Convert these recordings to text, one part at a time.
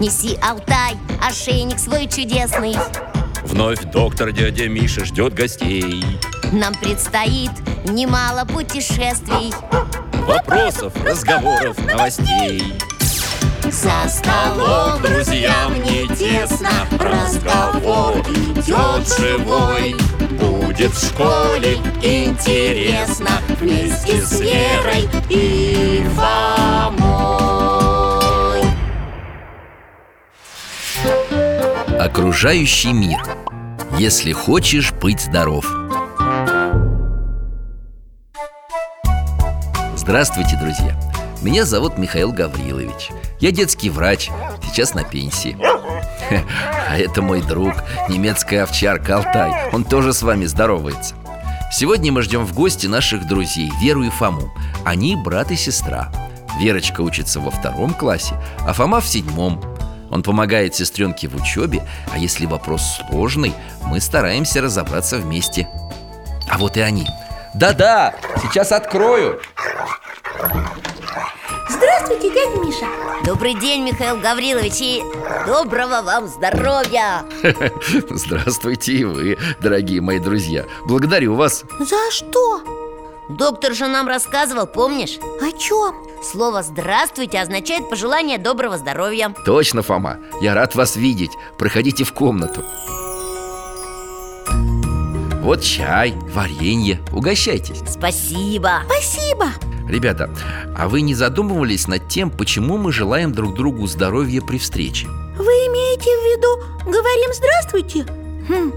Неси, Алтай, ошейник свой чудесный Вновь доктор дядя Миша ждет гостей Нам предстоит немало путешествий Вопросов, разговоров, новостей За столом, друзья, мне тесно Разговор идет живой Будет в школе интересно Вместе с Верой и Фомой Окружающий мир. Если хочешь быть здоров. Здравствуйте, друзья! Меня зовут Михаил Гаврилович. Я детский врач, сейчас на пенсии. А это мой друг, немецкая овчарка Алтай. Он тоже с вами здоровается. Сегодня мы ждем в гости наших друзей Веру и Фому. Они брат и сестра. Верочка учится во втором классе, а Фома в седьмом. Он помогает сестренке в учебе, а если вопрос сложный, мы стараемся разобраться вместе. А вот и они. Да-да, сейчас открою. Здравствуйте, дядя Миша Добрый день, Михаил Гаврилович И доброго вам здоровья Здравствуйте и вы, дорогие мои друзья. Благодарю вас. За что? Доктор же нам рассказывал, помнишь? О чем? Слово «здравствуйте» означает пожелание доброго здоровья Точно, Фома. Я рад вас видеть. Проходите в комнату. Вот чай, варенье. Угощайтесь. Спасибо Спасибо Ребята, а вы не задумывались над тем, почему мы желаем друг другу здоровья при встрече? Вы имеете в виду «говорим здравствуйте»? Хм,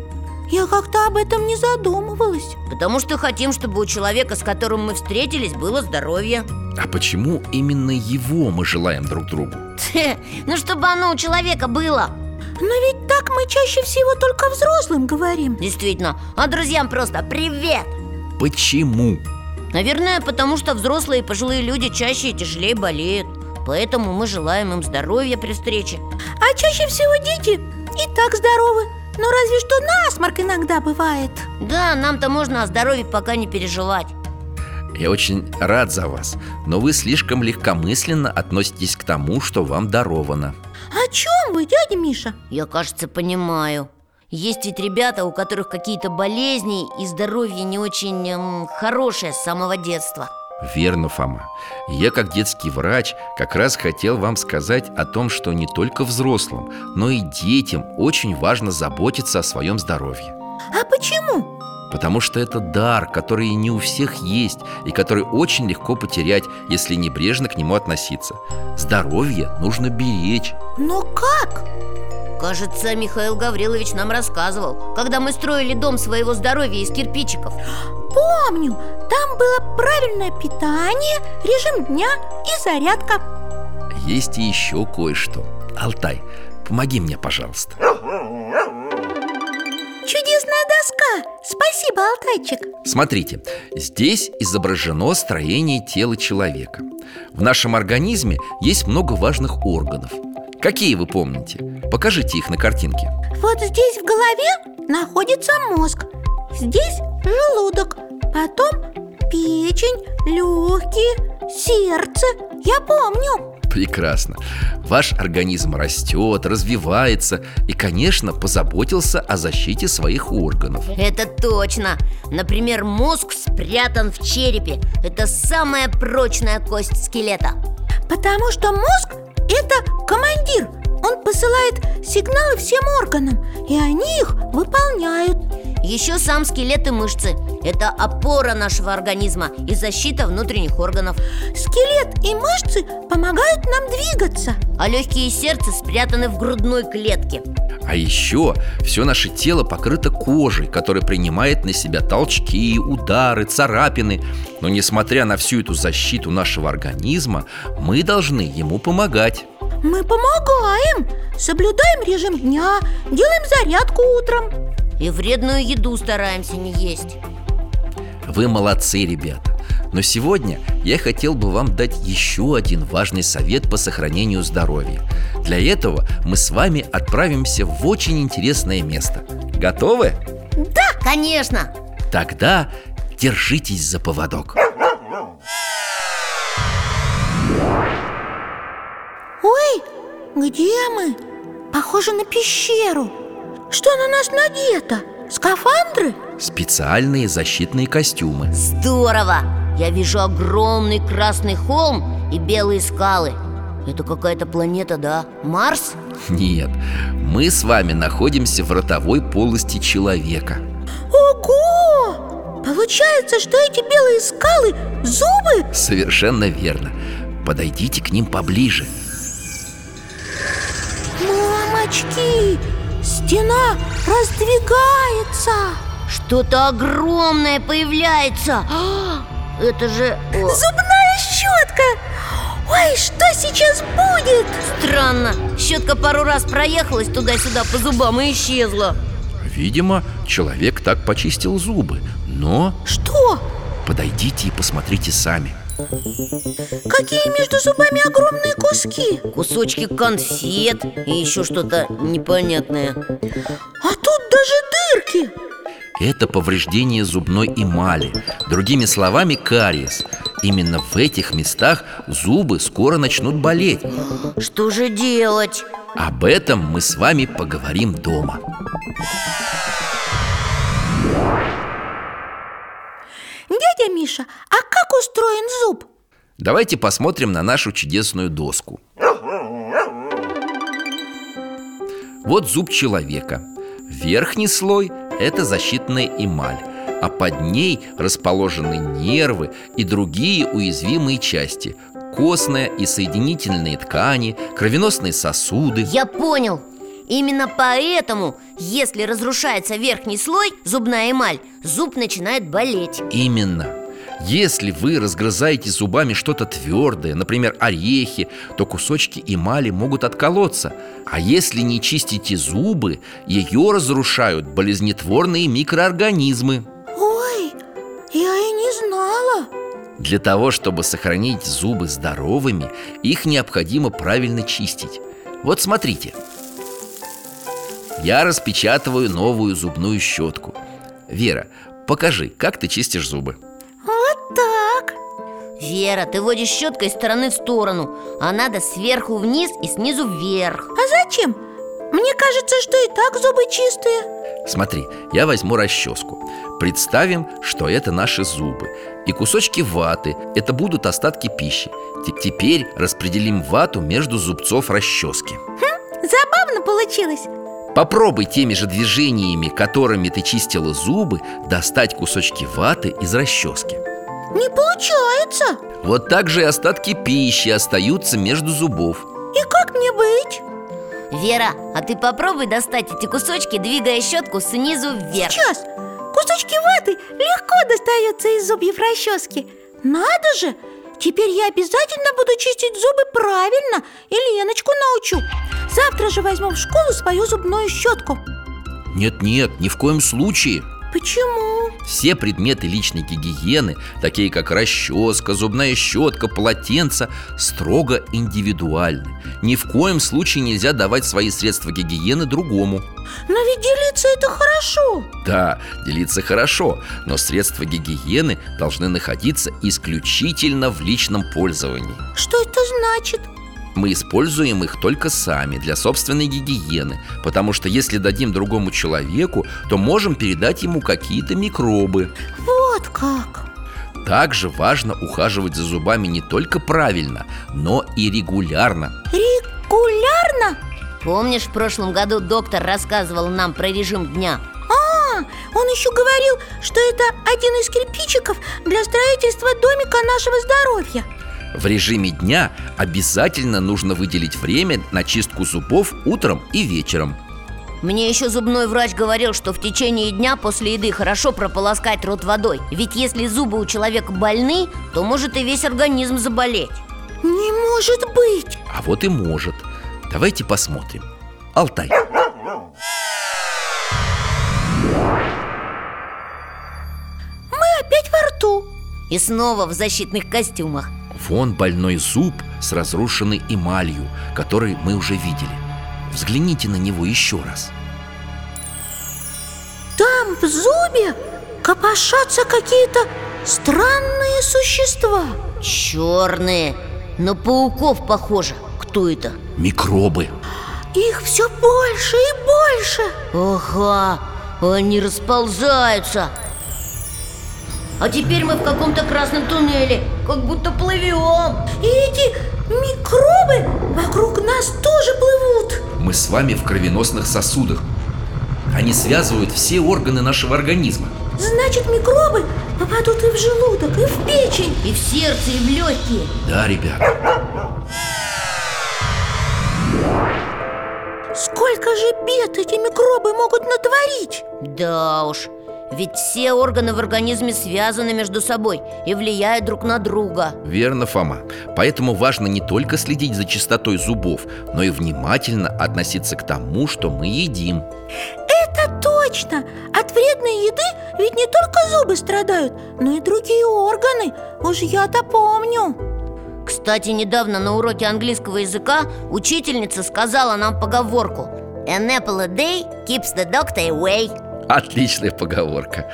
я как-то об этом не задумывалась Потому что хотим, чтобы у человека, с которым мы встретились, было здоровье А почему именно его мы желаем друг другу? Тхе, Ну, чтобы оно у человека было Но ведь так мы чаще всего только взрослым говорим Действительно, а друзьям просто «привет» Почему? Наверное, потому что взрослые и пожилые люди чаще и тяжелее болеют Поэтому мы желаем им здоровья при встрече А чаще всего дети и так здоровы Но разве что насморк иногда бывает Да, нам-то можно о здоровье пока не переживать Я очень рад за вас, но вы слишком легкомысленно относитесь к тому, что вам даровано. О чем вы, дядя Миша? Я, кажется, понимаю Есть ведь ребята, у которых какие-то болезни и здоровье не очень эм, хорошее с самого детства Верно, Фома. Я, как детский врач, как раз хотел вам сказать о том, что не только взрослым, но и детям очень важно заботиться о своем здоровье. А почему? Потому что это дар, который не у всех есть и который очень легко потерять, если небрежно к нему относиться. Здоровье нужно беречь. Но как? Кажется, Михаил Гаврилович нам рассказывал Когда мы строили дом своего здоровья из кирпичиков Помню, там было правильное питание, режим дня и зарядка Есть и еще кое-что. Алтай, помоги мне, пожалуйста. Чудесная доска! Спасибо, Алтайчик Смотрите, здесь изображено строение тела человека. В нашем организме есть много важных органов. Какие вы помните? Покажите их на картинке. Вот здесь в голове находится мозг Здесь желудок Потом печень, легкие, сердце Я помню Прекрасно. Ваш организм растет, развивается и, конечно, позаботился о защите своих органов. Это точно Например, мозг спрятан в черепе Это самая прочная кость скелета Потому что мозг – это командир Он посылает сигналы всем органам И они их выполняют Еще сам скелет и мышцы Это опора нашего организма и защита внутренних органов Скелет и мышцы помогают нам двигаться А легкие и сердце спрятаны в грудной клетке А еще все наше тело покрыто кожей, которая принимает на себя толчки, удары, царапины. Но несмотря на всю эту защиту нашего организма, мы должны ему помогать. Мы помогаем Соблюдаем режим дня Делаем зарядку утром И вредную еду стараемся не есть Вы молодцы, ребята. Но сегодня я хотел бы вам дать еще один важный совет по сохранению здоровья. Для этого мы с вами отправимся в очень интересное место. Готовы? Конечно! Тогда держитесь за поводок. Ой, Где мы? Похоже на пещеру Что на нас надето? Скафандры? Специальные защитные костюмы Здорово! Я вижу огромный красный холм и белые скалы Это какая-то планета, да? Марс? Нет, мы с вами находимся в ротовой полости человека Ого! Получается, что эти белые скалы – зубы? Совершенно верно Подойдите к ним поближе Мамочки! Стена раздвигается! Что-то огромное появляется А! Это же... о, Зубная щетка! Ой, что сейчас будет? странно Щетка пару раз проехалась туда-сюда по зубам и исчезла Видимо, человек так почистил зубы Но Что? подойдите и посмотрите сами Какие между зубами огромные куски! Кусочки конфет и еще что-то непонятное А тут даже дырки! Это повреждение зубной эмали Другими словами, кариес Именно в этих местах зубы скоро начнут болеть Что же делать? Об этом мы с вами поговорим дома Дядя Миша, а как устроен зуб? Давайте посмотрим на нашу чудесную доску Вот зуб человека Верхний слой – это защитная эмаль А под ней расположены нервы и другие уязвимые части Костная и соединительные ткани, кровеносные сосуды Я понял Именно поэтому, если разрушается верхний слой, зубная эмаль, зуб начинает болеть Именно если вы разгрызаете зубами что-то твердое, например, орехи, то кусочки эмали могут отколоться. А если не чистите зубы, ее разрушают болезнетворные микроорганизмы. Ой, я и не знала Для того, чтобы сохранить зубы здоровыми, их необходимо правильно чистить. Вот смотрите. Я распечатываю новую зубную щетку. Вера, покажи, как ты чистишь зубы. Вот так Вера, ты водишь щеткой из стороны в сторону А надо сверху вниз и снизу вверх А зачем? Мне кажется, что и так зубы чистые Смотри, я возьму расческу Представим, что это наши зубы И кусочки ваты – это будут остатки пищи Т- Теперь распределим вату между зубцов расчески Забавно получилось Попробуй теми же движениями, которыми ты чистила зубы Достать кусочки ваты из расчески Не получается Вот так же и остатки пищи остаются между зубов И как мне быть? Вера, а ты попробуй достать эти кусочки, двигая щетку снизу вверх Сейчас Кусочки ваты легко достаются из зубьев расчески Надо же! Теперь я обязательно буду чистить зубы правильно И Леночку научу Завтра же возьму в школу свою зубную щетку Нет-нет, ни в коем случае Почему? Все предметы личной гигиены, такие как расческа, зубная щетка, полотенце, строго индивидуальны. Ни в коем случае нельзя давать свои средства гигиены другому. Но ведь делиться это хорошо Да, делиться хорошо, но средства гигиены должны находиться исключительно в личном пользовании. Что это значит? Мы используем их только сами для собственной гигиены, потому что если дадим другому человеку, то можем передать ему какие-то микробы. Вот как Также важно ухаживать за зубами не только правильно, но и регулярно. Регулярно? Помнишь, в прошлом году доктор рассказывал нам про режим дня? А, он еще говорил, что это один из кирпичиков для строительства домика нашего здоровья В режиме дня обязательно нужно выделить время на чистку зубов утром и вечером. Мне еще зубной врач говорил, что в течение дня после еды хорошо прополоскать рот водой Ведь если зубы у человека больны, то может и весь организм заболеть Не может быть! А вот и может. Давайте посмотрим. Алтай. Мы опять во рту И снова в защитных костюмах Вон больной зуб с разрушенной эмалью, который мы уже видели. Взгляните на него еще раз. Там в зубе копошатся какие-то странные существа Черные, на пауков похоже что это? Микробы Их все больше и больше Ага, они расползаются А теперь мы в каком-то красном туннеле Как будто плывем И эти микробы вокруг нас тоже плывут Мы с вами в кровеносных сосудах Они связывают все органы нашего организма Значит, микробы попадут и в желудок, и в печень И в сердце, и в легкие Да, ребят, Сколько же бед эти микробы могут натворить? Да уж, ведь все органы в организме связаны между собой И влияют друг на друга верно, Фома Поэтому важно не только следить за чистотой зубов Но и внимательно относиться к тому, что мы едим Это точно! От вредной еды ведь не только зубы страдают, но и другие органы Уж я-то помню Кстати, недавно на уроке английского языка Учительница сказала нам поговорку An apple a day keeps the doctor away Отличная поговорка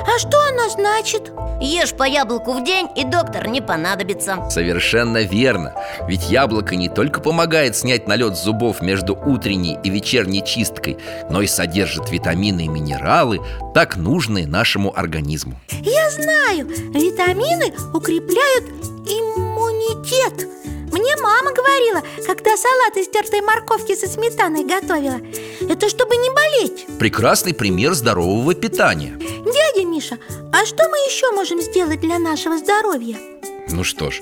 А что она значит? Ешь по яблоку в день, и доктор не понадобится Совершенно верно Ведь яблоко не только помогает снять налет с зубов между утренней и вечерней чисткой Но и содержит витамины и минералы, так нужные нашему организму Я знаю, витамины укрепляют иммунитет Мне мама говорила, когда салат из тертой морковки со сметаной готовила Это чтобы не болеть Прекрасный пример здорового питания Дядя Миша, а что мы еще можем сделать для нашего здоровья? Ну что ж,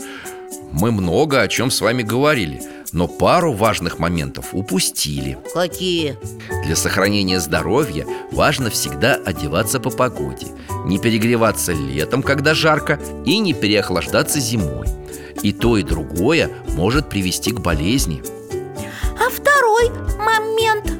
мы много о чем с вами говорили, но пару важных моментов упустили. Какие? Для сохранения здоровья важно всегда одеваться по погоде, не перегреваться летом, когда жарко, и не переохлаждаться зимой. И то, и другое может привести к болезни. А второй момент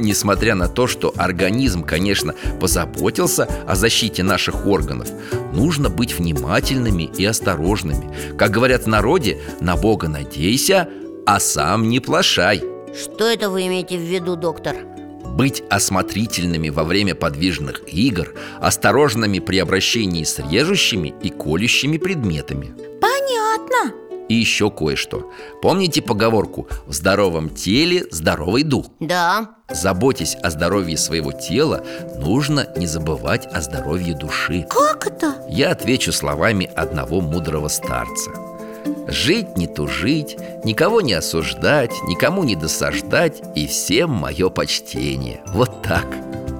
Несмотря на то, что организм, конечно, позаботился о защите наших органов, нужно быть внимательными и осторожными. Как говорят в народе, на Бога надейся, а сам не плашай. Что это вы имеете в виду, доктор? Быть осмотрительными во время подвижных игр, осторожными при обращении с режущими и колющими предметами. Понятно И еще кое-что. Помните поговорку «в здоровом теле здоровый дух»? Да, Заботясь о здоровье своего тела, нужно не забывать о здоровье души. Как это? Я отвечу словами одного мудрого старца. Жить не тужить, никого не осуждать, никому не досаждать и всем мое почтение. Вот так.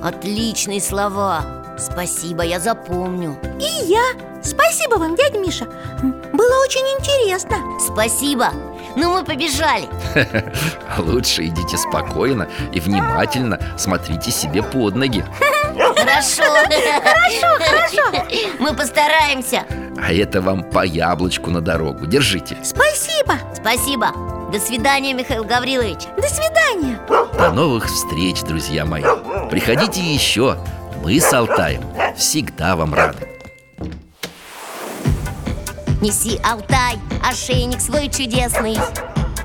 отличные слова Спасибо, я запомню И я Спасибо вам, дядя Миша Было очень интересно Спасибо, ну мы побежали А Лучше идите спокойно и внимательно смотрите себе под ноги. Хорошо Хорошо, хорошо Мы постараемся А это вам по яблочку на дорогу. Держите. Спасибо Спасибо До свидания, Михаил Гаврилович До свидания До новых встреч, друзья мои. Приходите еще. Мы с Алтаем всегда вам рады. Неси, Алтай, ошейник свой чудесный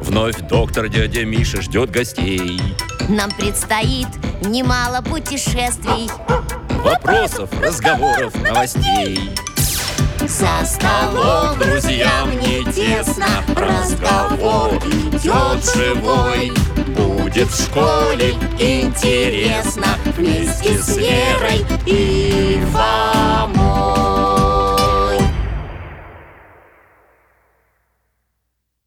Вновь доктор дядя Миша ждет гостей Нам предстоит немало путешествий Вопросов, разговоров, новостей За Алло, столом друзьям не тесно Разговор идет живой Будет в школе интересно Вместе с Верой и Фомой